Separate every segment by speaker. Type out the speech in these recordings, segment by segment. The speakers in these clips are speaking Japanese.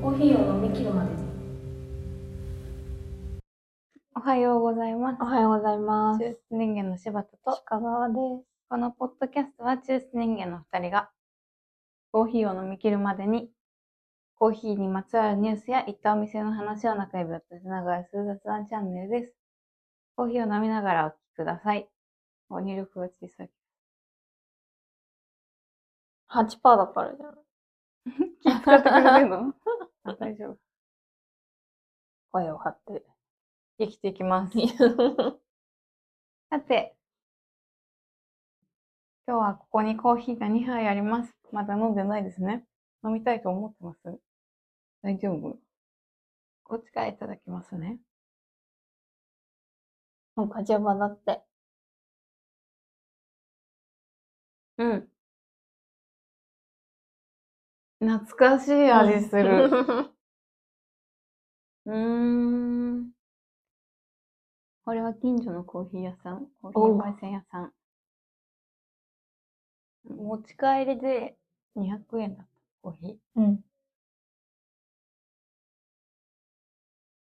Speaker 1: コーヒーを飲み切るまで。
Speaker 2: おはようございます。
Speaker 1: おはようございます。
Speaker 2: 中出人間の柴田と、
Speaker 1: 鹿川です。
Speaker 2: このポッドキャストは中出人間の2人が、コーヒーを飲み切るまでに、コーヒーにまつわるニュースや行ったお店の話を中指を立てながらする雑談チャンネルです。コーヒーを飲みながらお聞きください。お入力が小さい。
Speaker 1: 8%だからじゃん。
Speaker 2: 気使ってくれてるの あ大丈夫。
Speaker 1: 声を張って。
Speaker 2: 生きていきます。さて、今日はここにコーヒーが2杯あります。まだ飲んでないですね。飲みたいと思ってます大丈夫こっちからいただきますね。
Speaker 1: もうカジャバだって。
Speaker 2: うん。懐かしい味する。。うーん。これは近所のコーヒー屋さん、コーヒ
Speaker 1: おう
Speaker 2: ー焙煎屋さん。持ち帰りで200円だった、コーヒー。
Speaker 1: うん。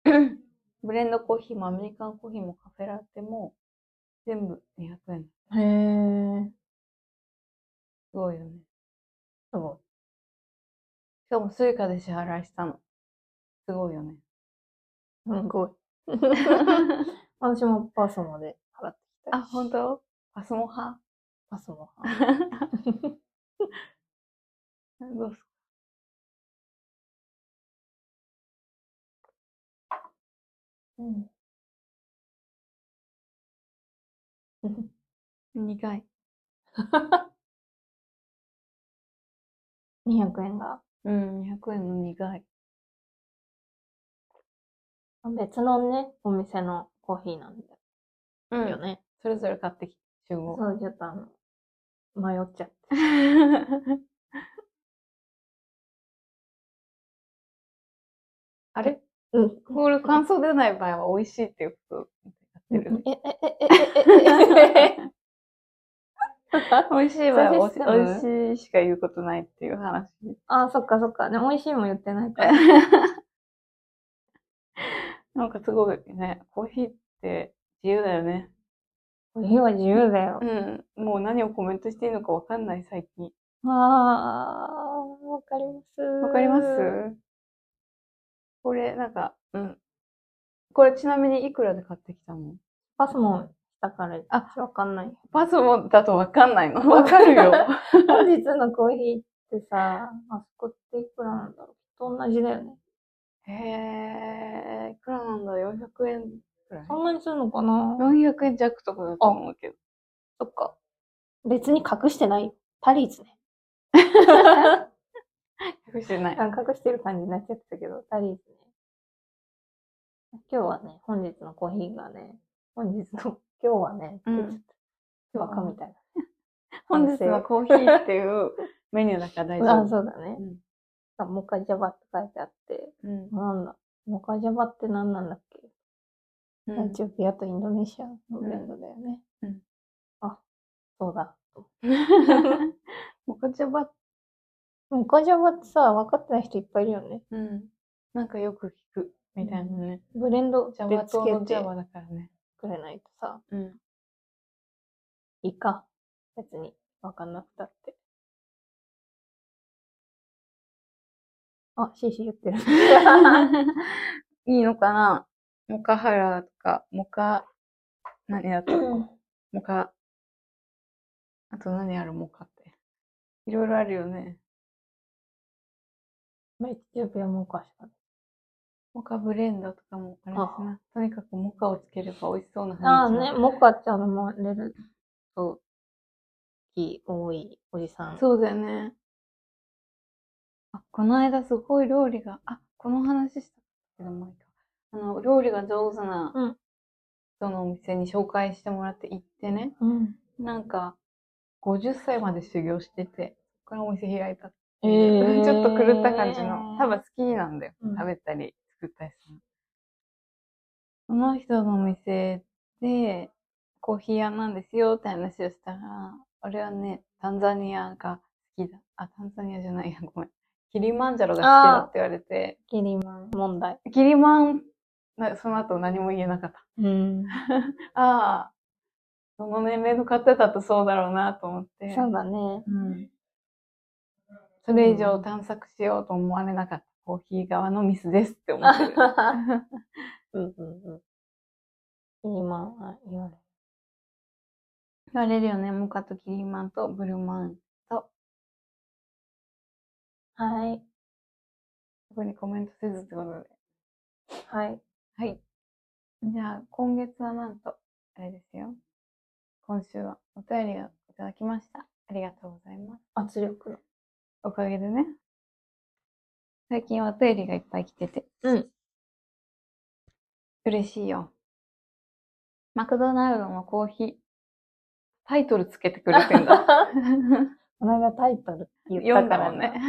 Speaker 2: ブレンドコーヒーもアメリカンコーヒーもカフェラテも全部200円。
Speaker 1: へー。
Speaker 2: すごいよね。
Speaker 1: そ
Speaker 2: しかもスイカで支払いしたの。すごい よね。
Speaker 1: う。すごい。私もパソモで払ってきたよ。
Speaker 2: あ、本当パスモ派
Speaker 1: パソモ。
Speaker 2: どうす
Speaker 1: うん。
Speaker 2: 苦い。
Speaker 1: 200円が
Speaker 2: うん、200円の苦い。
Speaker 1: 別のね、お店のコーヒーなんだ
Speaker 2: う
Speaker 1: よ。ね。
Speaker 2: それぞれ買ってきて、集合。
Speaker 1: そう、ちょっとあの、迷っちゃって。
Speaker 2: あれ
Speaker 1: うん。
Speaker 2: これ感想出ない場合は美味しいっていうことやってるね。
Speaker 1: え、え、え、え、え、え、え、
Speaker 2: 美味しい場合は
Speaker 1: それで
Speaker 2: 美味しいしか言うことないっていう話。
Speaker 1: あ、そっかそっか。ね、美味しいも言ってないから。
Speaker 2: なんかすごいね、コーヒーって自由だよね。
Speaker 1: コーヒーは自由だよ。
Speaker 2: うん。もう何をコメントしていいのかわかんない最近。
Speaker 1: あー、わかります。
Speaker 2: わかりますこれ、なんか、うん。これちなみにいくらで買ってきたの
Speaker 1: パスもしたから、あ、わかん ない。
Speaker 2: パスモだとわかんないのわ
Speaker 1: か
Speaker 2: か
Speaker 1: る
Speaker 2: る
Speaker 1: よ
Speaker 2: よ。
Speaker 1: 本日のコーヒーってさ、あそこっていくらなんだろう。と同じだよね。
Speaker 2: へえー、いくらなんだ ?400 円くらい
Speaker 1: そんなにするのかな
Speaker 2: ?400 円弱とかだと思うけど。
Speaker 1: そっか。別に隠してないよ。タリー ズね。
Speaker 2: 隠してない。
Speaker 1: あ隠してる感じになっちゃってたけど、タリーズね。今日はね、本日のコーヒーがね、本日の、 今日はね、
Speaker 2: うん
Speaker 1: バカみたいな。
Speaker 2: 本日はコーヒーっていうメニューだから大
Speaker 1: あ、
Speaker 2: 丈夫。
Speaker 1: そうだね。
Speaker 2: うん
Speaker 1: あモカジャバって書いてあって、
Speaker 2: うん
Speaker 1: なんだ、モカジャバって何なんだっけ、
Speaker 2: うん
Speaker 1: エチオピアとインドネシアのブレンドだよね。
Speaker 2: うんうん
Speaker 1: あ、そうだ。
Speaker 2: モカチャバ、
Speaker 1: モカジャバってさ、分かってない人いっぱいいるよね。
Speaker 2: うん。なんかよく聞く、みたいなね。
Speaker 1: ブレンドで
Speaker 2: ジャバ
Speaker 1: つ
Speaker 2: 島
Speaker 1: け
Speaker 2: のジ
Speaker 1: て
Speaker 2: ャバだからね。
Speaker 1: くれないとさ、
Speaker 2: うん。
Speaker 1: いいか。別に、分かんなくたって。あ、シーシー言ってる。
Speaker 2: いいのかなモカハラとか、モカ、何だと、モカ、あと何あるモカって。いろいろあるよね。
Speaker 1: まあエチオピアモカしかない。
Speaker 2: モカブレンドとかもあれですな。とにかくモカをつければ美味しそうな
Speaker 1: ああね、
Speaker 2: 話。
Speaker 1: モカってあの、まれると、き、多い、おじさん。
Speaker 2: そうだよね。あ、この間すごい料理が、あ、この話したけど、もういいか。あの、料理が上手な
Speaker 1: うん
Speaker 2: 人のお店に紹介してもらって行ってね、
Speaker 1: うん。
Speaker 2: なんか、50歳まで修行してて、そこからお店開いた。
Speaker 1: え
Speaker 2: ちょっと狂った感じの、多分好きなんだよ。
Speaker 1: うん
Speaker 2: 食べたり、作ったりするの。その人のお店で、コーヒー屋なんですよって話をしたら、俺はね、タンザニアが好きだ。あ、タンザニアじゃないや、ごめん。キリマンジャロが好きだって言われて、
Speaker 1: キリマン問題。
Speaker 2: キリマン、なその後何も言えなかった。
Speaker 1: うん。
Speaker 2: ああ、その年齢の方だとそうだろうなと思って。
Speaker 1: そうだね。
Speaker 2: うん。それ以上探索しようと思われなかった。コーヒー側のミスですって思ってる。
Speaker 1: うんうんうん。キリマンは言われる。
Speaker 2: 言われるよね。モカとキリマンとブルマン。
Speaker 1: はい。
Speaker 2: 特にコメントせずってことで。
Speaker 1: はい。
Speaker 2: はい。じゃあ、今月はなんと、あれですよ。今週はお便りをいただきました。ありがとうございます。
Speaker 1: 圧力の。
Speaker 2: おかげでね。最近はお便りがいっぱい来てて。
Speaker 1: うん。
Speaker 2: 嬉しいよ。マクドナルドのコーヒー。タイトルつけてくれてん だ。
Speaker 1: この間タイトル言っ
Speaker 2: 読
Speaker 1: たか
Speaker 2: んだ
Speaker 1: ら
Speaker 2: もんね。
Speaker 1: ね。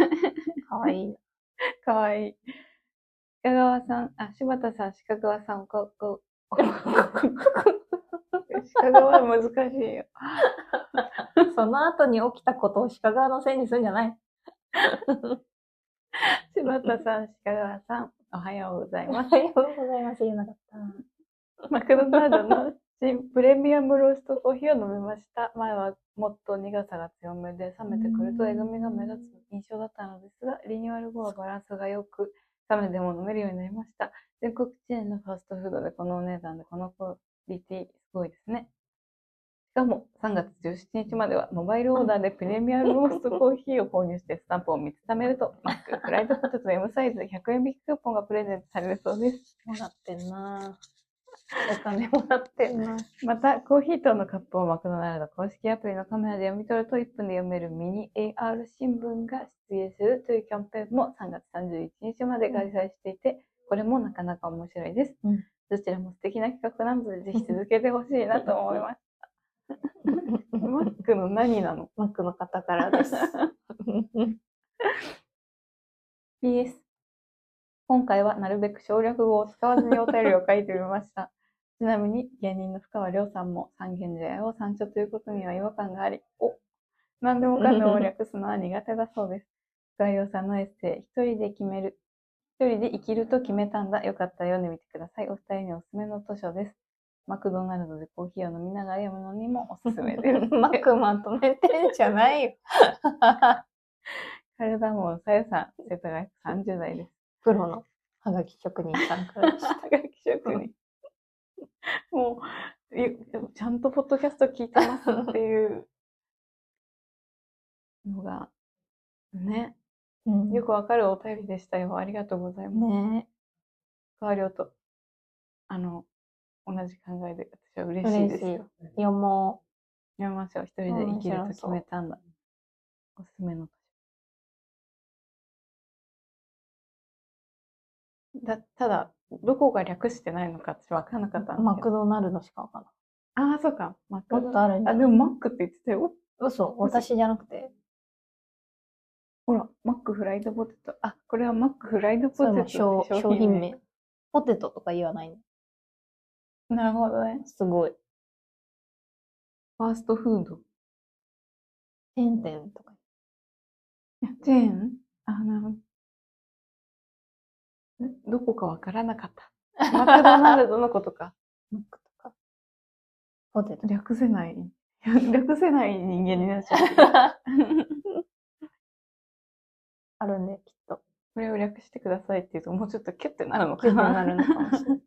Speaker 1: かわいい。
Speaker 2: かわいい。鹿川さん、あ、柴田さん、鹿川さん、こ、こ、 鹿川は難しいよ。
Speaker 1: その後に起きたことを鹿側のせいにするんじゃない
Speaker 2: 柴田さん、鹿川さん、おはようござい
Speaker 1: おは
Speaker 2: ま
Speaker 1: よ
Speaker 2: す。
Speaker 1: うございます。言えなかった。
Speaker 2: マクドナルドの新プレミアムローストコーヒーを飲みました。前はもっと苦さが強めで、冷めてくるとえぐみが目立つ印象だったのですが、リニューアル後はバランスが良く、冷めても飲めるようになりました。全国チェーンのファーストフードでこのお値段でこのクオリティ、すごいですね。しかも3月17日まではモバイルオーダーでプレミアムローストコーヒーを購入してスタンプを3つ貯めると、マックフライドポテト M サイズ100円引きクーポンがプレゼントされるそうです。
Speaker 1: もらってんなぁ。お金もらってんなぁ。
Speaker 2: また、コーヒーとのカップをマクドナルド公式アプリのカメラで読み取ると1分で読めるミニ AR 新聞が出現するというキャンペーンも3月31日まで開催していて、これもなかなか面白いです。
Speaker 1: うん
Speaker 2: どちらも素敵な企画なので、ぜひ続けてほしいなと思 います。マックの何なの
Speaker 1: マックの方から です。
Speaker 2: ?PS。今回はなるべく省略語を使わずにお便りを書いてみました。 ちなみに、芸人の深川亮さんも三軒茶屋を三茶ということには違和感があり、お何でもかんでも略すのは苦手だそうです。深川亮さんのエッセイ、一人で決める。一人で生きると決めたんだ。よかったら読んでみてください。お二人におすすめの図書です。マクドナルドでコーヒーを飲みながら読むのにもおすす めです。
Speaker 1: マックまとめてんじゃないよ。
Speaker 2: カルダモン、さやさん、世田谷区30代です。
Speaker 1: プロのハガキ職人さん からでした。
Speaker 2: はがき職人。もう、えでもちゃんとポッドキャスト聞いてますっていうのが、ね、
Speaker 1: うん
Speaker 2: よくわかるお便りでしたよ。ありがとうございます。
Speaker 1: ね
Speaker 2: 川亮と、あの、同じ考えで私は嬉しい
Speaker 1: 嬉
Speaker 2: で
Speaker 1: し
Speaker 2: す
Speaker 1: い
Speaker 2: よ。。
Speaker 1: 読も
Speaker 2: やめましょう。一人で生きると決めたんだ。おすすめのだ、ただ、どこが略してないのか私わかんなかったんだけ
Speaker 1: う。
Speaker 2: ど
Speaker 1: マクドナルドしかわか
Speaker 2: ああ、そうか。マック
Speaker 1: らん。もっとあるんじ
Speaker 2: あ、
Speaker 1: ゃ
Speaker 2: で
Speaker 1: ない
Speaker 2: もマックって言ってたよ。
Speaker 1: 嘘私じゃなくて。
Speaker 2: ほら、マックフライドポテト。あ、これはマックフライド
Speaker 1: そ
Speaker 2: ポ
Speaker 1: れ
Speaker 2: テト
Speaker 1: も
Speaker 2: って
Speaker 1: 商商品
Speaker 2: 名。
Speaker 1: 名。ポテトとか言わないの。
Speaker 2: なるほどね。
Speaker 1: すごい。
Speaker 2: ファーストフード。
Speaker 1: てんてんとか。
Speaker 2: チェーンあ、なるほど。んどこかわからなかった。マクドナルドのこと か。
Speaker 1: マックとか。ポ テト。
Speaker 2: 略せない。略せない人間になっちゃう。
Speaker 1: あるね、きっと。
Speaker 2: これを略してくださいって言うと、もうちょっとキュッてなるの
Speaker 1: キュ
Speaker 2: か
Speaker 1: ッて
Speaker 2: な。
Speaker 1: なるのかもしれない。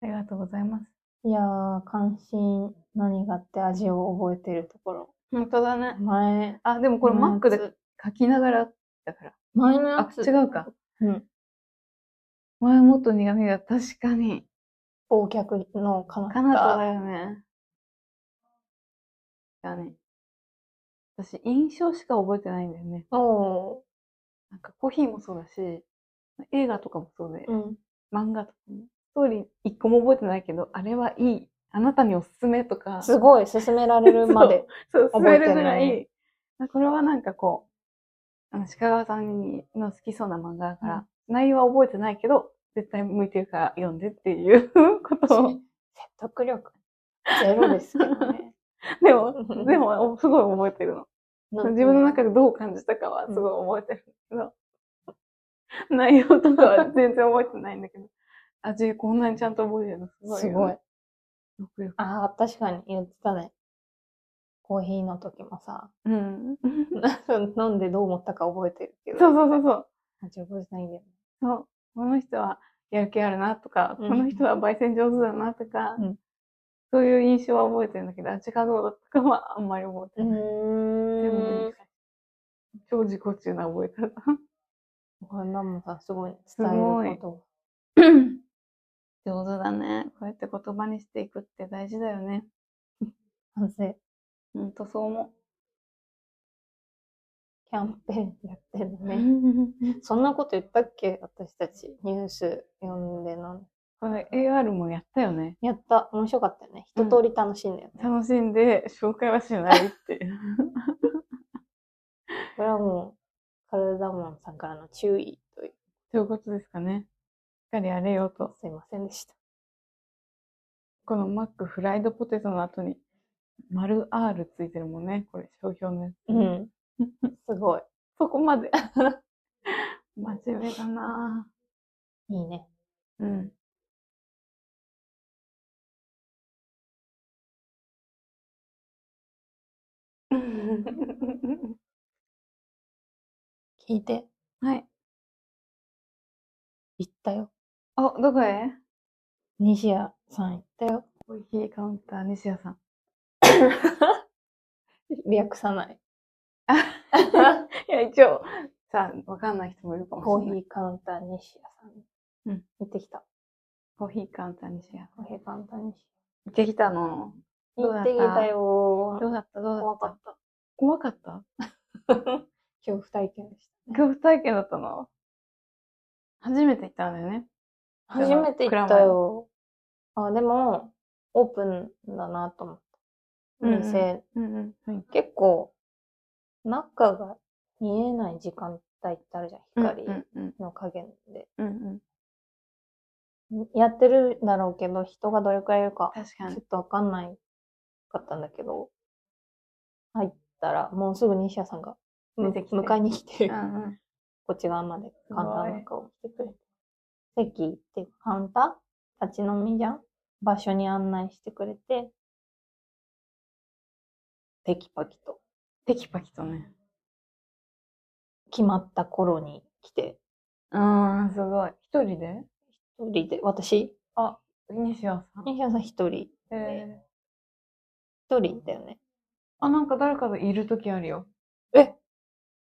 Speaker 2: ありがとうございます。
Speaker 1: いやー、関心、何があって味を覚えてるところ。
Speaker 2: 本当だね。
Speaker 1: 前、
Speaker 2: あ、でもこれマックで書きながらだから。
Speaker 1: 前のや
Speaker 2: あ、
Speaker 1: つ、
Speaker 2: 違うか。
Speaker 1: うん。
Speaker 2: 前もっと苦味が確かに。
Speaker 1: 忘却の彼方。
Speaker 2: カナダだよね。だね。私、印象しか覚えてないんだよね。
Speaker 1: お
Speaker 2: なんかコーヒーもそうだし、映画とかもそうで、
Speaker 1: ーうん。
Speaker 2: 漫画とかも。ストーリー一個も覚えてないけど、あれはいい。あなたにおすすめとか、
Speaker 1: すごい、勧められるまで。
Speaker 2: そう、
Speaker 1: 覚え
Speaker 2: 覚え
Speaker 1: てない
Speaker 2: るぐらい。これはなんかこう、あの、鹿川さんの好きそうな漫画だから、内容は覚えてないけど、絶対向いてるから読んでっていう ことを。
Speaker 1: 説得力、ゼロですけどね。
Speaker 2: でも、 でも、すごい覚えてるの。 自分の中でどう感じたかはすごい覚えてるんだけど、内容とかは全然覚えてないんだけど、味こんなにちゃんと覚えてるのすごい、
Speaker 1: すごい。。
Speaker 2: よくよく。
Speaker 1: ああ、確かに言ってたね。コーヒーの時もさ、
Speaker 2: うん。
Speaker 1: 飲んでどう思ったか覚えてるけど。
Speaker 2: そうそうそうそう。
Speaker 1: 味覚えてないんだよね。
Speaker 2: そう。この人はやる気あるなとか、
Speaker 1: うん
Speaker 2: この人は焙煎上手だなとか、
Speaker 1: うん
Speaker 2: そういう印象は覚えてるんだけど、味がどうだったかはあんまり覚えて
Speaker 1: う
Speaker 2: ない。全部
Speaker 1: ー
Speaker 2: 理
Speaker 1: ん。
Speaker 2: 解超自己中な覚え方。
Speaker 1: こんなもんさ、すごいね
Speaker 2: す
Speaker 1: 伝え
Speaker 2: ごい
Speaker 1: ること。
Speaker 2: 上手だね。こうやって言葉にしていくって大事だよね。
Speaker 1: 反省。
Speaker 2: ほんとそう思
Speaker 1: キャンペーンやってんの
Speaker 2: う。
Speaker 1: ね。そんなこと言ったっけ私たち。ニュース読んでの。
Speaker 2: これ AR もやったよね。
Speaker 1: やった。面白かったよね。一通り楽しんだよね。
Speaker 2: 楽しんで紹介はしないって。
Speaker 1: これはもう、カルダモンさんからの注意という。
Speaker 2: ということですかね。しっかりやれよと。
Speaker 1: すいませんでした。
Speaker 2: このマックフライドポテトの後に、丸 R ついてるもんね。これ、商標のやつ。
Speaker 1: うん。すごい。
Speaker 2: そこまで。 真面目だない
Speaker 1: いね。
Speaker 2: ぁ うん。
Speaker 1: 聞いて。
Speaker 2: はい。
Speaker 1: 行ったよ。
Speaker 2: お、どこへ
Speaker 1: 西谷さん行ったよ。
Speaker 2: コーヒーカウンター、西谷さん。
Speaker 1: 略さない。
Speaker 2: いや、一応、さあ、わかんない人もいるかもしれ
Speaker 1: コ
Speaker 2: ない
Speaker 1: ー。ヒーカウンター西谷さん。
Speaker 2: うん。
Speaker 1: 行ってきた。
Speaker 2: コーヒーカウンターにしよ
Speaker 1: コーヒーカウンター西
Speaker 2: う。行ってきたの。
Speaker 1: 谷。
Speaker 2: ど
Speaker 1: 行
Speaker 2: うだ
Speaker 1: っ
Speaker 2: ってた
Speaker 1: きたよ
Speaker 2: どうだったどうだった
Speaker 1: 怖かった。
Speaker 2: 怖かった
Speaker 1: 恐怖体験でした、ね。
Speaker 2: 恐怖体験だったの初めて行ったんだよね。
Speaker 1: 初めて行ったよ。あ、でも、オープンだなと思った。
Speaker 2: うんうん
Speaker 1: 店、
Speaker 2: うんうん。はい。
Speaker 1: 結構、中が見えない時間帯ってあるじゃん。光
Speaker 2: うんうん
Speaker 1: の加減で。
Speaker 2: うんうん。
Speaker 1: やってるんだろうけど、人がどれくらいいるか、
Speaker 2: 確
Speaker 1: ち
Speaker 2: か
Speaker 1: ょ
Speaker 2: に
Speaker 1: っ。とわかんないかったんだけど、入ったら、もうすぐ西谷さんが、む
Speaker 2: 出てきて
Speaker 1: 迎えに来て、
Speaker 2: うんうん。
Speaker 1: こっち側まで、
Speaker 2: ごい
Speaker 1: カウンターなんかを来てくれて。席行って、カウンター立ち飲みじゃん場所に案内してくれて、テキパキと、
Speaker 2: テキパキとね。
Speaker 1: 決まった頃に来て、
Speaker 2: うん、すごい。一人で
Speaker 1: 一人で、私、
Speaker 2: 西谷さん。
Speaker 1: 西谷さん一人、
Speaker 2: えー
Speaker 1: 一人だよね。
Speaker 2: あ、なんか誰かといるときあるよ。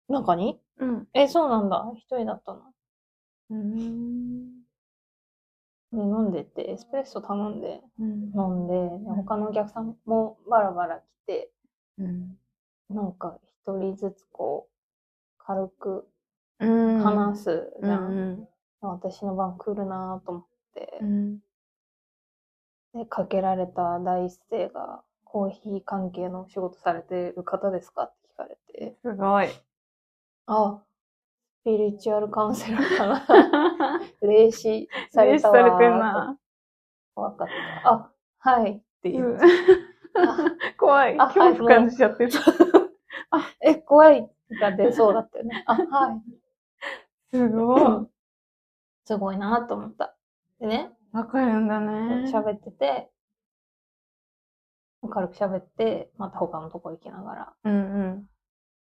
Speaker 1: 中に
Speaker 2: うん。
Speaker 1: え、そうなんだ。一人だったの。
Speaker 2: うん。
Speaker 1: で、飲んでて、エスプレッソ頼んで、
Speaker 2: うん。
Speaker 1: 飲んで、で他のお客さんもバラバラ来て、
Speaker 2: うん。
Speaker 1: なんか一人ずつこう、軽く
Speaker 2: うん。
Speaker 1: 話すじゃん。
Speaker 2: うん
Speaker 1: 私の番来るなぁと思って、
Speaker 2: うん。
Speaker 1: で、かけられた第一声が、コーヒー関係のお仕事されてる方ですかって聞かれて、
Speaker 2: すごい。
Speaker 1: あ、スピリチュアルカウンセラーか な。霊視されたわ
Speaker 2: され
Speaker 1: ー
Speaker 2: てるな。
Speaker 1: 怖かった。あ、はいって言って。
Speaker 2: 怖い。
Speaker 1: あ
Speaker 2: 恐怖感じちゃってる。 す
Speaker 1: え、怖いが出そうだったよね。あ、はい。
Speaker 2: ごい。
Speaker 1: すごいなと思った。でね、
Speaker 2: 仲良いんだね。
Speaker 1: 喋ってて、軽く喋って、また他のとこ行きながら
Speaker 2: うんうん。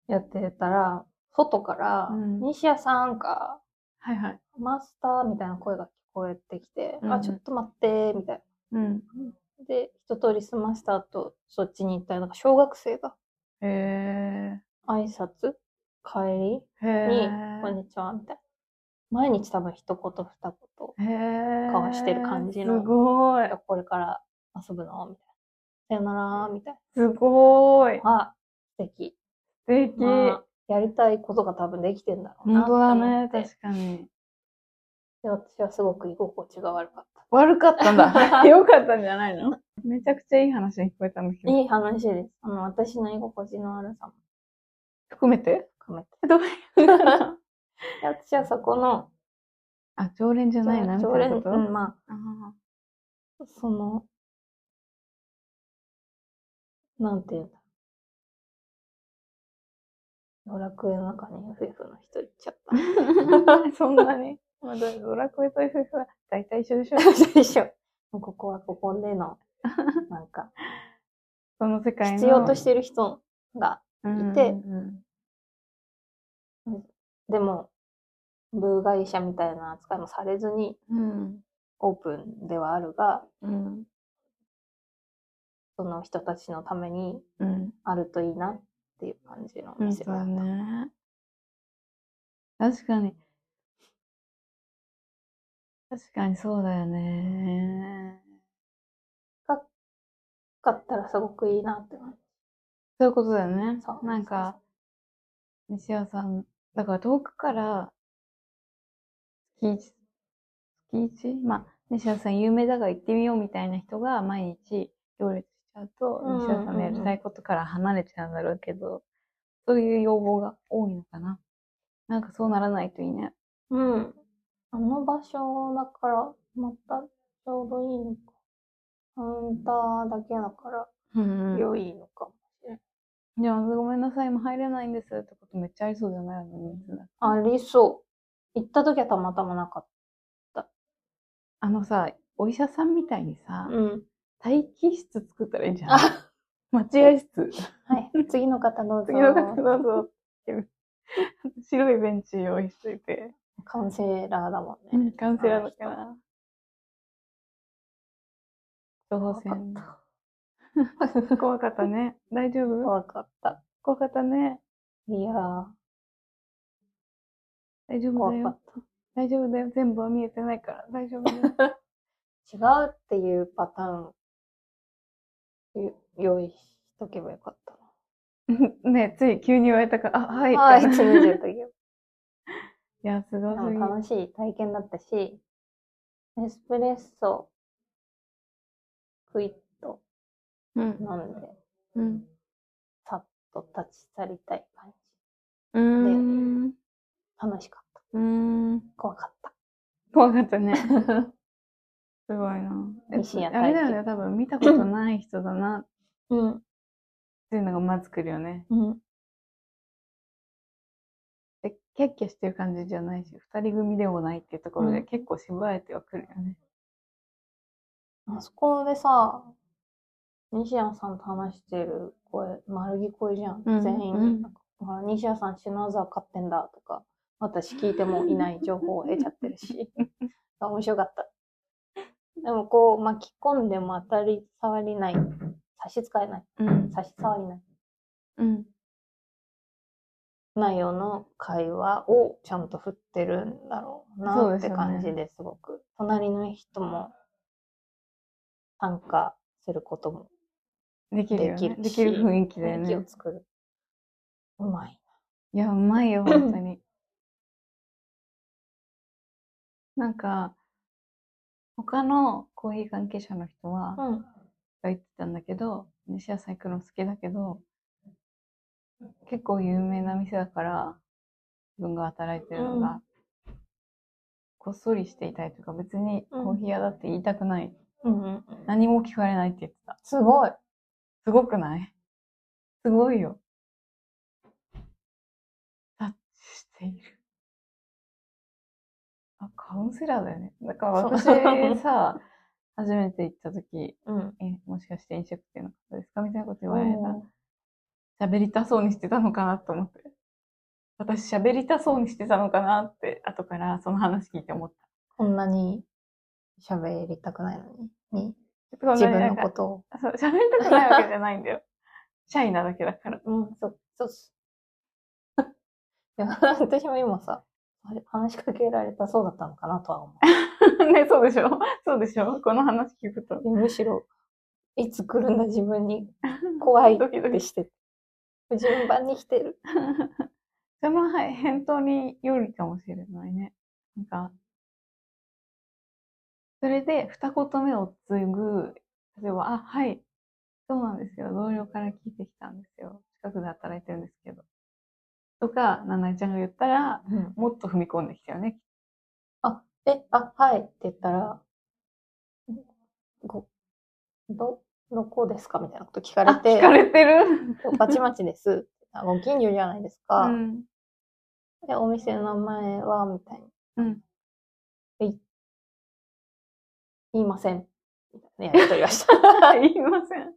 Speaker 1: やってたら、外から
Speaker 2: う、ん
Speaker 1: 西谷さんか、
Speaker 2: はいはい。
Speaker 1: マスターみたいな声が聞こえてきて、
Speaker 2: うんう
Speaker 1: あ、
Speaker 2: ん
Speaker 1: ちょっと待って、みたい
Speaker 2: うん。
Speaker 1: な。で、一通り済ました後、そっちに行ったら、なんか小学生が
Speaker 2: へえ。
Speaker 1: 挨拶帰
Speaker 2: へえ
Speaker 1: りに、こんにちは、みたいな。毎日多分一言二言。
Speaker 2: へえ。
Speaker 1: 交わしてる感じの
Speaker 2: すごい
Speaker 1: いや。これから遊ぶのみたいな。さよならみたい
Speaker 2: すごい。
Speaker 1: な。あ、素敵。
Speaker 2: 素敵。
Speaker 1: まあやりたいことが多分できてんだろうな
Speaker 2: 本当だ
Speaker 1: と思
Speaker 2: ね
Speaker 1: っ。て
Speaker 2: 確かに。
Speaker 1: で、私はすごく居心地が悪かっ
Speaker 2: 悪かったん だ。良かったんじゃないのめちゃくちゃいい話が聞こえたんだけ
Speaker 1: た。
Speaker 2: ど。
Speaker 1: いい話です。あの、私の居心地の悪さも
Speaker 2: 含めて
Speaker 1: 含めて。
Speaker 2: どういう
Speaker 1: で私はそこの
Speaker 2: あ、常連じゃないな、みた
Speaker 1: 常
Speaker 2: い
Speaker 1: 連、
Speaker 2: なこと、
Speaker 1: うん、ま
Speaker 2: あ
Speaker 1: あ、その、なんていうんだ。ドラクエの中に FF の人いっちゃった。
Speaker 2: ーそんなに。まあ、ドドラクエと FF は大体一緒 でしょ。
Speaker 1: 最初。もうここはここでの、なんか、
Speaker 2: その世界の。
Speaker 1: 必要としてる人が、いて
Speaker 2: うんうん
Speaker 1: でも、部外者みたいな扱いもされずに、
Speaker 2: うん。
Speaker 1: オープンではあるが、
Speaker 2: うん。
Speaker 1: その人たちのために
Speaker 2: うん。
Speaker 1: あるといいなっていう感じのお
Speaker 2: うん
Speaker 1: 店
Speaker 2: そう
Speaker 1: だった。
Speaker 2: だね。確かに。確かにそうだよね。
Speaker 1: 買ったらすごくいいなって感
Speaker 2: そういうことだよね
Speaker 1: そう。
Speaker 2: なんか、西尾さん、だから遠くから、月一、月一まあ、西尾さん有名だから行ってみようみたいな人が毎日行列しちゃうと、
Speaker 1: うんうんうん
Speaker 2: 西尾さんのやりたいことから離れちゃうんだろうけど、そういう要望が多いのかな。なんかそうならないといいね。
Speaker 1: じ。うん。あの場所だから、またちょうどいいのか。カウンターだけだから、
Speaker 2: うん
Speaker 1: 良いのかも。
Speaker 2: いや、ごめんなさい、今入れないんですってことめっちゃありそうじゃないの人数
Speaker 1: ありそう。行った時はたまたまなかっ
Speaker 2: あのさ、お医者さんみたいにさ
Speaker 1: た。、うん。
Speaker 2: 待機室作ったらいいんじゃない
Speaker 1: あ、
Speaker 2: 待合室。
Speaker 1: はい。次の方どうぞ。
Speaker 2: 次の方どうぞって。白いベンチ用意しといて。
Speaker 1: カウンセラーだもんね。
Speaker 2: カウンセラーだから。情報戦。怖かったね。大丈夫
Speaker 1: 怖かった。
Speaker 2: 怖かったね。
Speaker 1: いやー、
Speaker 2: 大丈夫
Speaker 1: 怖
Speaker 2: だ
Speaker 1: か
Speaker 2: よ
Speaker 1: っ。
Speaker 2: 大丈夫だよ。全部は見えてないから。大丈夫だよ。
Speaker 1: た。違うっていうパターン、よ用意しとけばよかった
Speaker 2: ねつい急に言われたから、あ、はい。
Speaker 1: な。はい、
Speaker 2: み
Speaker 1: 一
Speaker 2: たいな
Speaker 1: 年中と いう。
Speaker 2: いや、すご
Speaker 1: です
Speaker 2: ぎ
Speaker 1: も楽しい体験だったし、エスプレッソ、クイッと
Speaker 2: うん。
Speaker 1: 飲んで、
Speaker 2: うん。
Speaker 1: さっと立ち去りたい感
Speaker 2: うーん。
Speaker 1: じ。楽しかった。
Speaker 2: うーん。
Speaker 1: 怖かった。
Speaker 2: 怖かっ たね。すごいな。え
Speaker 1: 西谷
Speaker 2: あれだよ
Speaker 1: 大
Speaker 2: ね、多分見たことない人だなっ
Speaker 1: うん、
Speaker 2: ていうのがまずくるよね。
Speaker 1: うん。
Speaker 2: で、キャッキャしてる感じじゃないし、二人組でもないっていうところ
Speaker 1: う
Speaker 2: で
Speaker 1: ん
Speaker 2: 結構縛られてはくるよね。
Speaker 1: あそこでさ、西谷さんと話してる声、丸ぎ声じゃん。
Speaker 2: うん
Speaker 1: 全員。
Speaker 2: うん
Speaker 1: なんかほら西谷さんシュナウザー買ってんだとか、私聞いてもいない情報を得ちゃってるし。 あ面白かった。でもこう、巻き込んでも当たり障りない。差し支えない。
Speaker 2: うん。
Speaker 1: 差し障りない。
Speaker 2: うん。
Speaker 1: 内容の会話をちゃんと振ってるんだろう
Speaker 2: そう
Speaker 1: な
Speaker 2: で
Speaker 1: っ
Speaker 2: す
Speaker 1: て
Speaker 2: よね
Speaker 1: 感じですごく。隣の人も参加することも
Speaker 2: できるよ
Speaker 1: でき
Speaker 2: ね
Speaker 1: る。
Speaker 2: できる
Speaker 1: し
Speaker 2: 雰囲気だ
Speaker 1: 雰
Speaker 2: よ
Speaker 1: 囲気を
Speaker 2: ね。
Speaker 1: 作る。うまい。
Speaker 2: いや、うまいよ、本 当に。なんか、他のコーヒー関係者の人は、
Speaker 1: うん。
Speaker 2: が言ってたんだけど、西野さん行くの好きだけど、結構有名な店だから、自分が働いてるのが、
Speaker 1: う
Speaker 2: こっそりしていたいというか、別に
Speaker 1: うん
Speaker 2: コーヒー屋だって言いたくない。
Speaker 1: うんうんうん。
Speaker 2: 何も聞かれないって言ってた。
Speaker 1: すごい。
Speaker 2: すごくないすごいよ。察知している。あ、カウンセラーだよね。だから私
Speaker 1: そう
Speaker 2: さ、初めて行った時、
Speaker 1: うん。
Speaker 2: え、もしかして飲食店の方ですかみたいなこと言われた。
Speaker 1: お
Speaker 2: 喋りたそうにしてたのかなと思って。私喋りたそうにしてたのかなって、後からその話聞いて思っ
Speaker 1: こんなに喋りたくないのに。に
Speaker 2: た。
Speaker 1: 自分の
Speaker 2: と
Speaker 1: ことを。
Speaker 2: そう、喋りたくないわけじゃないんだよ。シャイなだけだから。
Speaker 1: うん、そう、そうっす。 いや、私も今さ、あれ話しかけられたそうだったのかなとは思
Speaker 2: ね、そうでしょそうでしょこの話聞くと。
Speaker 1: う。むしろ、いつ来るんだ自分 に怖いっ
Speaker 2: ドキド
Speaker 1: て
Speaker 2: キ。
Speaker 1: して。順番に来てる。
Speaker 2: そのはい返答によるかもしれないね。なんか、それで二言目を継ぐ、例えば、あ、はい、そうなんですよ。同僚から聞いてきたんですよ。近くで働いてるんですけど。とか、ななえちゃんが言ったら、
Speaker 1: うん。
Speaker 2: もっと踏み込んできたよね。
Speaker 1: え、あ、はいって言ったら、ご、ど、どこですかみたいなこと聞かれ
Speaker 2: あ、
Speaker 1: て、
Speaker 2: 聞かれてる。
Speaker 1: バチバチです。あご近所じゃないですか。
Speaker 2: うん。
Speaker 1: で、お店の名前は、みたいな。
Speaker 2: うん。
Speaker 1: 言いません。みたいなやりとりは した。
Speaker 2: 言いません。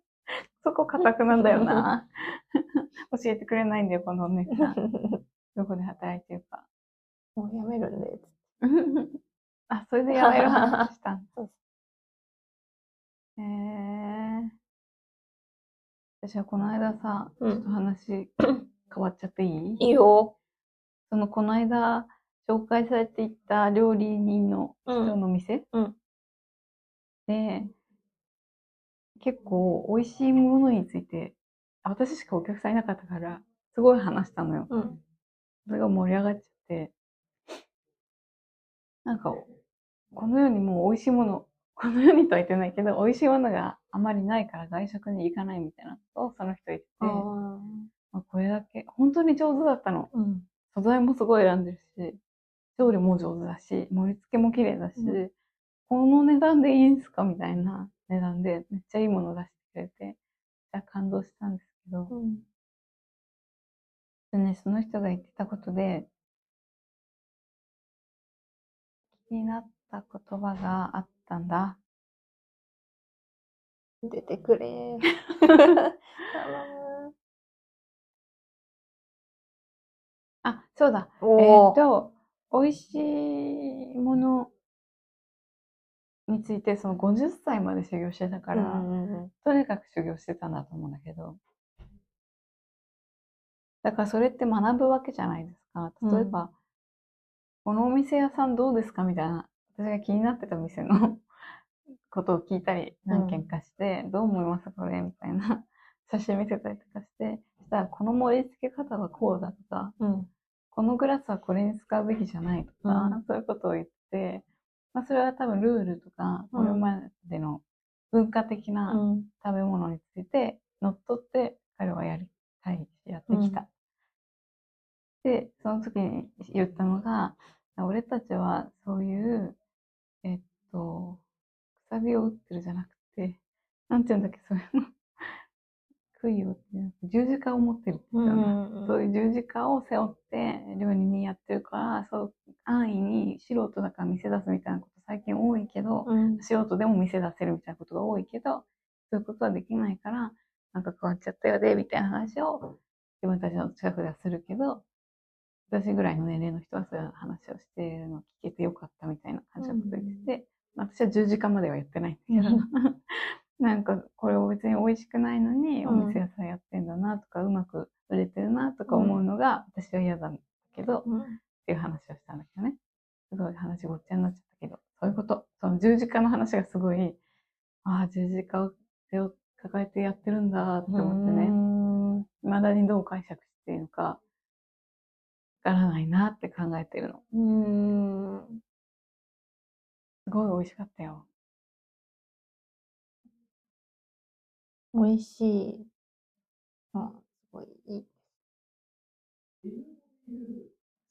Speaker 2: そこ固くなんだよ な。教えてくれないんだよ、このお姉さん。どこで働いてるか。
Speaker 1: もうやめるんで。
Speaker 2: あ、それでやめる話したん
Speaker 1: そう
Speaker 2: へえ。私はこの間さ、
Speaker 1: うん
Speaker 2: ちょっと話変わっちゃっていい
Speaker 1: いいよ。
Speaker 2: そのこの間紹介されていった料理人の
Speaker 1: う
Speaker 2: 人
Speaker 1: ん。
Speaker 2: の店、
Speaker 1: うん
Speaker 2: で、結構美味しいものについて、あ私しかお客さんいなかったから、すごい話したのよ。
Speaker 1: うん。
Speaker 2: それが盛り上がっちゃって、なんか、この世にもう美味しいもの、この世にとは言ってないけど、美味しいものがあまりないから外食に行かないみたいなことをその人言って、
Speaker 1: あ
Speaker 2: ま
Speaker 1: ー
Speaker 2: あ、これだけ、本当に上手だったの。
Speaker 1: うん。
Speaker 2: 素材もすごい選んでるし、調理も上手だし、盛り付けも綺麗だし、
Speaker 1: う
Speaker 2: この値段でいいんすかみたいな値段で、めっちゃいいもの出してくれて、じゃ感動したんですけど、
Speaker 1: うん。
Speaker 2: でね、その人が言ってたことで、気になった言葉があったんだ。
Speaker 1: 出てくれ。 頼む
Speaker 2: あ、そうだ。え
Speaker 1: お
Speaker 2: ーっ
Speaker 1: ー。
Speaker 2: と、美味しいものについて、その50歳まで修行してたから、
Speaker 1: うんうんうん
Speaker 2: とにかく修行してたんだと思うんだけど。だからそれって学ぶわけじゃないですか。例えば、このお店屋さんどうですかみたいな。私が気になってた店の ことを聞いたり、何件かして、どう思いますこれみたいな写真見せたりとかして、そしたらこの盛り付け方はこうだとか、
Speaker 1: うん。
Speaker 2: このグラスはこれに使うべきじゃないとか、
Speaker 1: う
Speaker 2: そういうことを言って、まあそれは多分ルールとか、これまでの文化的な、
Speaker 1: うん。
Speaker 2: 食べ物について乗っ取って彼はやりたいしやってきた。で、その時に言ったのが、俺たちはそういう、えっと、くさびを打ってるじゃなくて、なんて言うんだっけ、そういうの。杭を打ってるんじゃなくて十字架を持ってるって
Speaker 1: う
Speaker 2: 言ったよな。
Speaker 1: ん。
Speaker 2: そういう十字架を背負って料理人やってるから、そう安易に素人だから見せ出すみたいなこと最近多いけど、
Speaker 1: うん。
Speaker 2: 素人でも見せ出せるみたいなことが多いけど、そういうことはできないから、なんか変わっちゃったよね、みたいな話を自分たちの近くではするけど、私ぐらいの年齢の人はそういう話をしているのを聞けてよかったみたいな感じのこと言ってて、私は10時間まではやってないんだけど、 なんかこれを別に美味しくないのに、
Speaker 1: う
Speaker 2: お
Speaker 1: ん
Speaker 2: 店屋さんやってんだなとか、うまく売れてるなとか思うのが私は嫌だけど、
Speaker 1: うん
Speaker 2: っていう話をしたんだけどね。すごい話ごっちゃになっちゃったけど、そういうこと。その十字架の話がすごい、ああ、十字架を手を抱えてやってるんだって思ってね、
Speaker 1: ね。
Speaker 2: 未だにどう解釈していいのか、わからないなって考えてるの。
Speaker 1: うん。
Speaker 2: すごい美味しかったよ。
Speaker 1: 美味しい。あ、すごいいい。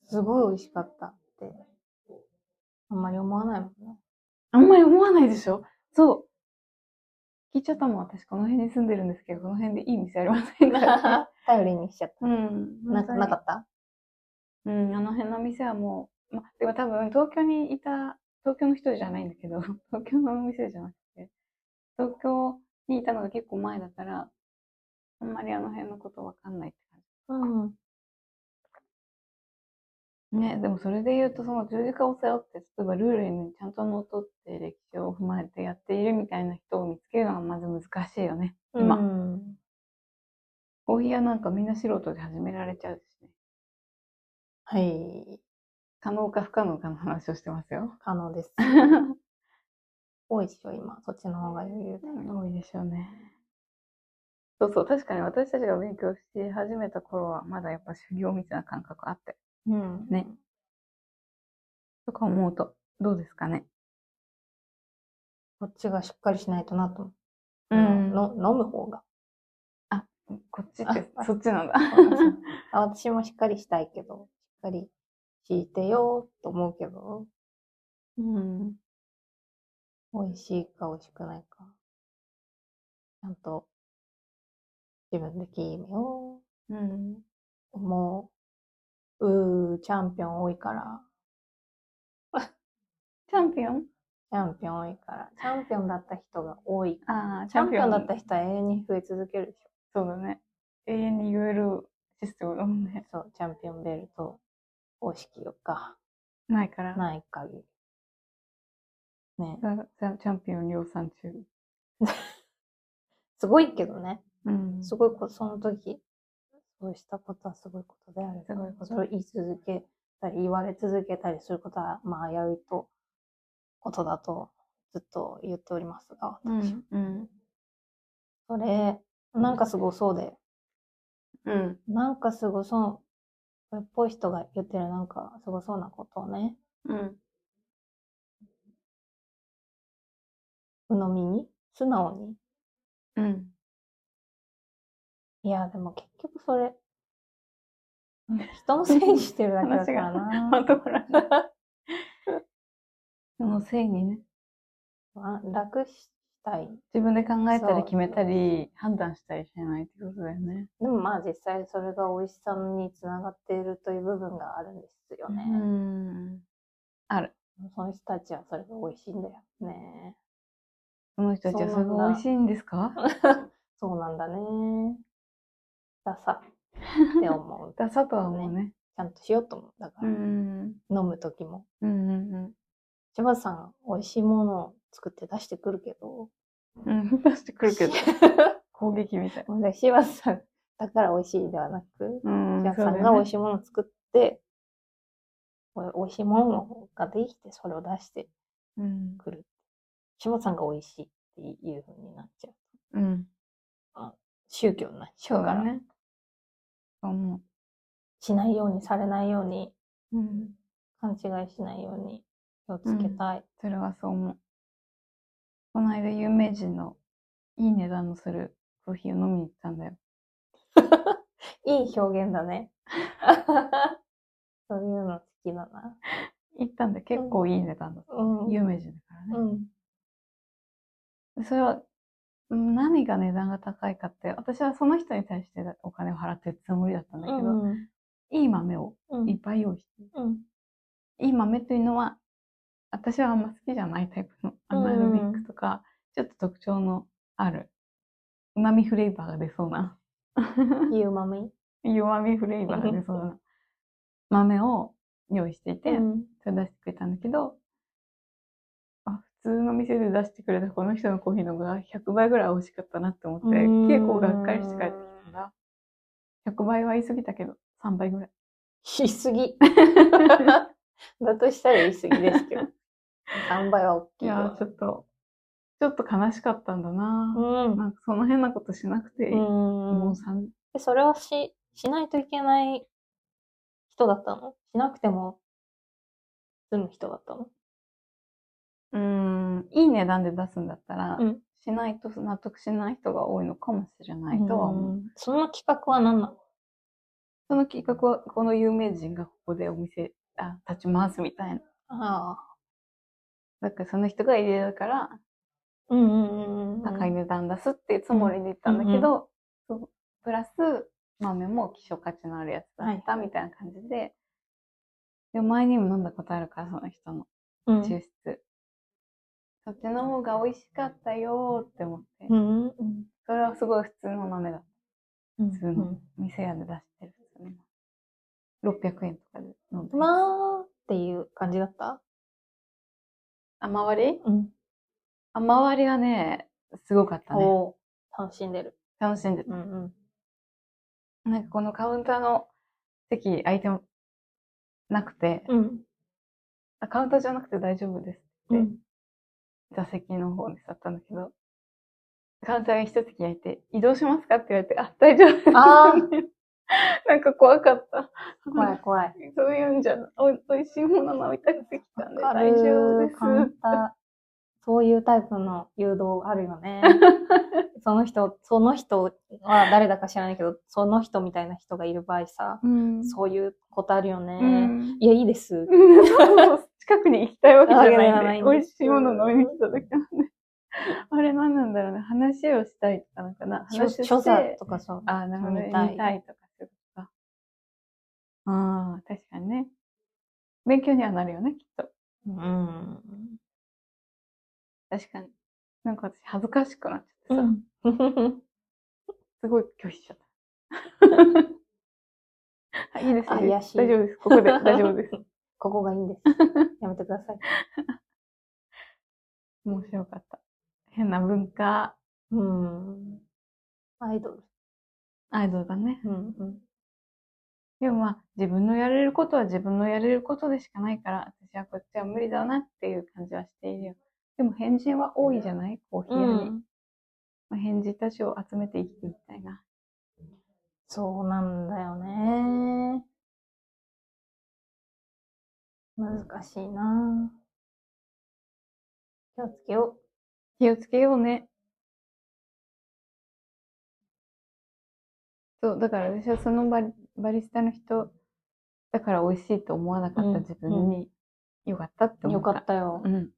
Speaker 1: すごい美味しかったって、あんまり思わないもん ね。
Speaker 2: あんまり思わないでしょそう。聞いちゃったもん、私この辺に住んでるんですけど、この辺でいい店ありませ んか
Speaker 1: 頼りにしちゃった。
Speaker 2: うん
Speaker 1: ななかった
Speaker 2: うん、あの辺の店はもう、ま、でも多分東京にいた、東京の人じゃないんだけど、 東京のお店じゃなくて、東京にいたのが結構前だから、あんまりあの辺のことわかんないって
Speaker 1: うん。
Speaker 2: 感じ。ね、でもそれで言うと、その十字架を背負って、例えばルールにちゃんとのっとって歴史を踏まえてやっているみたいな人を見つけるのがまず難しいよね。今
Speaker 1: うん。
Speaker 2: コーヒー屋なんかみんな素人で始められちゃうしね。
Speaker 1: はい。
Speaker 2: 可能か不可能かの話をしてますよ。
Speaker 1: 可能です。多いっしょ、今。そっちの方が余裕だ。
Speaker 2: 多いでしょうね。そうそう、確かに私たちが勉強し始めた頃は、まだやっぱ修行みたいな感覚あって、
Speaker 1: うん
Speaker 2: ね。とか思うと、どうですかね。
Speaker 1: こっちがしっかりしないとなと思う。
Speaker 2: の
Speaker 1: の飲む方が。
Speaker 2: こっちって、 そっちなんだ。
Speaker 1: あ私もしっかりしたいけど、しっかり聞いてよと思うけど、うん。美味しいか美味しくないか。ちゃんと自分的いい目を
Speaker 2: うん。
Speaker 1: 思う。うー、チャンピオン多いから。
Speaker 2: チャンピオン
Speaker 1: チャンピオン多いから。チャンピオンだった人が多い。
Speaker 2: ああ、
Speaker 1: チャンピオンだっ
Speaker 2: だったた
Speaker 1: 人は永遠に増え続けるでし
Speaker 2: そうだね。永遠に言えるシステムだもんね。
Speaker 1: ょ。そう、チャンピオンベルト方式が
Speaker 2: ないから。
Speaker 1: ない限り。ね。
Speaker 2: ザザチャンピオン量産中。
Speaker 1: すごいけどね。
Speaker 2: うん
Speaker 1: すごいこ、その時、そうしたことはすごいことである。
Speaker 2: すごいこと
Speaker 1: それを言い続けたり、言われ続けたりすることは、まあ、危ういと、ことだと、ずっと言っておりますが、
Speaker 2: う
Speaker 1: 私
Speaker 2: ん。うん。
Speaker 1: それ、なんかすごそうで、
Speaker 2: うん。
Speaker 1: なんかすごそう、それっぽい人が言ってるなんかすごそうなことをね、
Speaker 2: うん。
Speaker 1: 鵜呑みに、素直に。
Speaker 2: うん。
Speaker 1: いや、でも結局それ、人のせいにしてるだけだから な。
Speaker 2: まとまらない。そのせいにね、
Speaker 1: まあ楽したい。
Speaker 2: 自分で考えた
Speaker 1: そう
Speaker 2: り決めたり、判断したりしないってことだよね。
Speaker 1: でもまあ実際それが美味しさにつながっているという部分があるんですよ
Speaker 2: う
Speaker 1: ね。
Speaker 2: ん。
Speaker 1: その人たちはそれが美味しいんだよね。
Speaker 2: その人たちはそれが美味しいんですか
Speaker 1: そうなんだね。ダサって思 う。ち
Speaker 2: ダサとは思うね。
Speaker 1: ゃんとしようと思う。だから、
Speaker 2: ん。
Speaker 1: 飲む時も。
Speaker 2: うんうん
Speaker 1: 柴田さん、美味しいものを作って出してくるけど。
Speaker 2: うん。うん。出してくる けど、攻撃みたい。
Speaker 1: ごめんなさい柴田さん、だから美味しいではなく、
Speaker 2: うん。
Speaker 1: 柴田
Speaker 2: そう
Speaker 1: さ
Speaker 2: だ
Speaker 1: んが美
Speaker 2: よね
Speaker 1: 味しいものを作って、お美味しいものができて、それを出して
Speaker 2: うん。
Speaker 1: くる。柴田さんが美味しいっていう風になっちゃう。
Speaker 2: うん。
Speaker 1: 宗教になっち
Speaker 2: そ
Speaker 1: ゃ
Speaker 2: う
Speaker 1: うか
Speaker 2: だ
Speaker 1: ら、
Speaker 2: ね。そう思
Speaker 1: しないようにされないように、
Speaker 2: う。うん。
Speaker 1: 勘違いしないように気をつけたい。
Speaker 2: それはそう思う。この間、有名人のいい値段のするコーヒーを飲みに行ったんだよ。
Speaker 1: いい表現だね。 そういうの好きだな。
Speaker 2: 行ったんだよ。結構いい値段だっ
Speaker 1: うん。
Speaker 2: た。有名人だからね。
Speaker 1: うん。
Speaker 2: それは、うん何が値段が高いかって、私はその人に対してお金を払ってるつもりだったんだけど、
Speaker 1: うん。
Speaker 2: いい豆を
Speaker 1: うん。
Speaker 2: いっぱい用意して、
Speaker 1: うん。
Speaker 2: いい豆というのは、私はあんま好きじゃないタイプのアナロビックとか、ちょっと特徴のある、旨味フレーバーが出そうな、
Speaker 1: 言うまみ。
Speaker 2: 弱みフレーバーが出そうな豆を用意していて、
Speaker 1: うん。
Speaker 2: それ出してくれたんだけど、あ普通の店で出してくれたこの人のコーヒーの方が100倍ぐらい美味しかったなって思って、
Speaker 1: うん
Speaker 2: 結構がっかりして帰ってきたから、100倍は言い過ぎたけど、3倍 ぐらい。
Speaker 1: 言いすぎ。 だとしたら言いすぎですけど。3倍は大き
Speaker 2: い
Speaker 1: い
Speaker 2: やー、
Speaker 1: わ。
Speaker 2: ちょっと、ちょっと悲しかったんだな、
Speaker 1: うん。
Speaker 2: なんかその変なことしなくていい、も
Speaker 1: う。
Speaker 2: うんさん、
Speaker 1: でそれはし、しないといけない人だったのしなくても済む人だったの
Speaker 2: うん、いい値段で出すんだったら、
Speaker 1: うん
Speaker 2: しないと納得しない人が多いのかもしれないとは思う。
Speaker 1: うんその企画は何なの
Speaker 2: その企画は、この有名人がここでお店、あ、立ち回すみたいな。
Speaker 1: ああ。
Speaker 2: だからその人が入れるから、
Speaker 1: うんうんうん。
Speaker 2: 高い。値段出すっていうつもりで言ったんだけど、そうプラス豆も希少価値のあるやつだったみたいな感じで、で前にも飲んだことあるから、その人の
Speaker 1: うん。
Speaker 2: 抽出。そっちの方が美味しかったよーって思って、
Speaker 1: うんうん
Speaker 2: それはすごい普通の豆だった。
Speaker 1: うん。
Speaker 2: 普通の店屋で出してる普通の豆。600円とかで飲んで。
Speaker 1: まあ、っていう感じだった
Speaker 2: 甘割り
Speaker 1: うん。
Speaker 2: 甘割りはね、すごかったね。
Speaker 1: おー楽しんでる。
Speaker 2: 楽しんでた
Speaker 1: うんうん。
Speaker 2: なんかこのカウンターの席空いてもなくて、
Speaker 1: うん。
Speaker 2: あカウンターじゃなくて大丈夫です。
Speaker 1: うん。
Speaker 2: 座席の方に座ったんだけど、カウンターが一席空いて、移動しますかって言われて、あ、大丈夫です。
Speaker 1: あ
Speaker 2: なんか怖かった。
Speaker 1: 怖い怖い。
Speaker 2: そういうんじゃな、おいしいもの飲みたくてきたんで、大丈夫です。
Speaker 1: 簡単。そういうタイプの誘導あるよ ね。その人、その人は誰だか知らないけど、その人みたいな人がいる場合さ、
Speaker 2: うん
Speaker 1: そういうことあるよね。
Speaker 2: うん。
Speaker 1: いや、いいです。
Speaker 2: そう近くに行きたいわけじゃ
Speaker 1: わけでは
Speaker 2: な
Speaker 1: ないい
Speaker 2: ん
Speaker 1: ん
Speaker 2: で、
Speaker 1: です
Speaker 2: 美味しいもの飲みに来ただけなんで。あれ何なんだろうね。話をしたいとかなんかな。
Speaker 1: 書
Speaker 2: 話をして
Speaker 1: 書座とかさ。
Speaker 2: ああ、なるほどね。
Speaker 1: 飲みたい
Speaker 2: 見たいとかそういうことか。ああ、確かにね。勉強にはなるよね、きっと。
Speaker 1: うん。
Speaker 2: 確かに。なんか私恥ずかしくなっちゃって
Speaker 1: う
Speaker 2: さ、
Speaker 1: ん。
Speaker 2: すごい拒否しちゃ った。あいいですね。
Speaker 1: 怪しい
Speaker 2: 大丈夫です。 ここで大丈夫です。
Speaker 1: ここがいいんです。やめてください。
Speaker 2: 面白かった。変な文化、
Speaker 1: うん。アイドル。
Speaker 2: アイドルだね。
Speaker 1: うんうん。
Speaker 2: でもまあ、自分のやれることは自分のやれることでしかないから、私はこっちは無理だなっていう感じはしているよ。でも変人は多いじゃないコーヒー屋に。まあ、返事たちを集めて生きていきたいな。
Speaker 1: そうなんだよね。難しいな気をつけよ
Speaker 2: 気をつけようね。そう、だから私はそのバリバリスタの人、だから美味しいと思わなかっ
Speaker 1: うん
Speaker 2: た自分に、よかったって
Speaker 1: う。
Speaker 2: 思
Speaker 1: よ
Speaker 2: っ
Speaker 1: か
Speaker 2: た。
Speaker 1: ったよ。
Speaker 2: うん。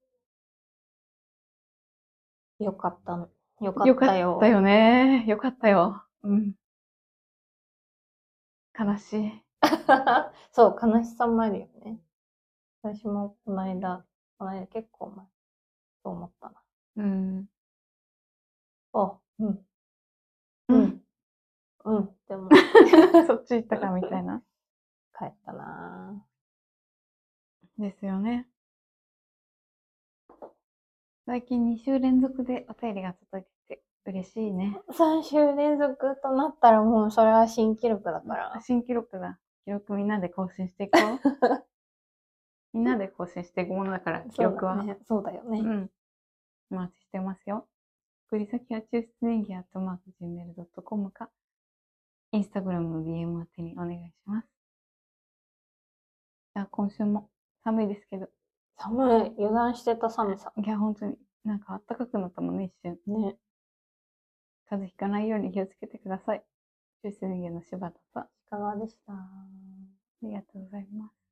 Speaker 1: よかった。よか
Speaker 2: よ
Speaker 1: っ
Speaker 2: かったた
Speaker 1: よ。
Speaker 2: よね。よかったよ。うん。悲しい。
Speaker 1: そう、悲しさもあるよね。私もこの間、この間結構前、そう思ったな。
Speaker 2: うん。
Speaker 1: あ、うん、
Speaker 2: う
Speaker 1: うんん。、うんって思う。
Speaker 2: そっち行ったかみたいな。
Speaker 1: 帰ったな
Speaker 2: ですよね。最近2週連続でお便りが届いてて嬉しいね。
Speaker 1: 3週連続となったらもうそれは新記録だから。
Speaker 2: 新記録だ。記録みんなで更新していこう。 みんなで更新していくものだから、 記録は。
Speaker 1: そ
Speaker 2: う
Speaker 1: うだね。そうだよね。
Speaker 2: ん。お待ちしてますよ。送り先は抽出演技アットマーク Gmail.com か、インスタグラムの DM 宛てにお願いします。じゃあ今週も寒いですけど、
Speaker 1: 寒い。油断してた寒さ。
Speaker 2: いや本当になんか暖かくなったもんね、一瞬。
Speaker 1: ね。
Speaker 2: 風邪ひかないように気をつけてください。中世人間の柴田さん、あ
Speaker 1: いかがでした
Speaker 2: りがとうございます。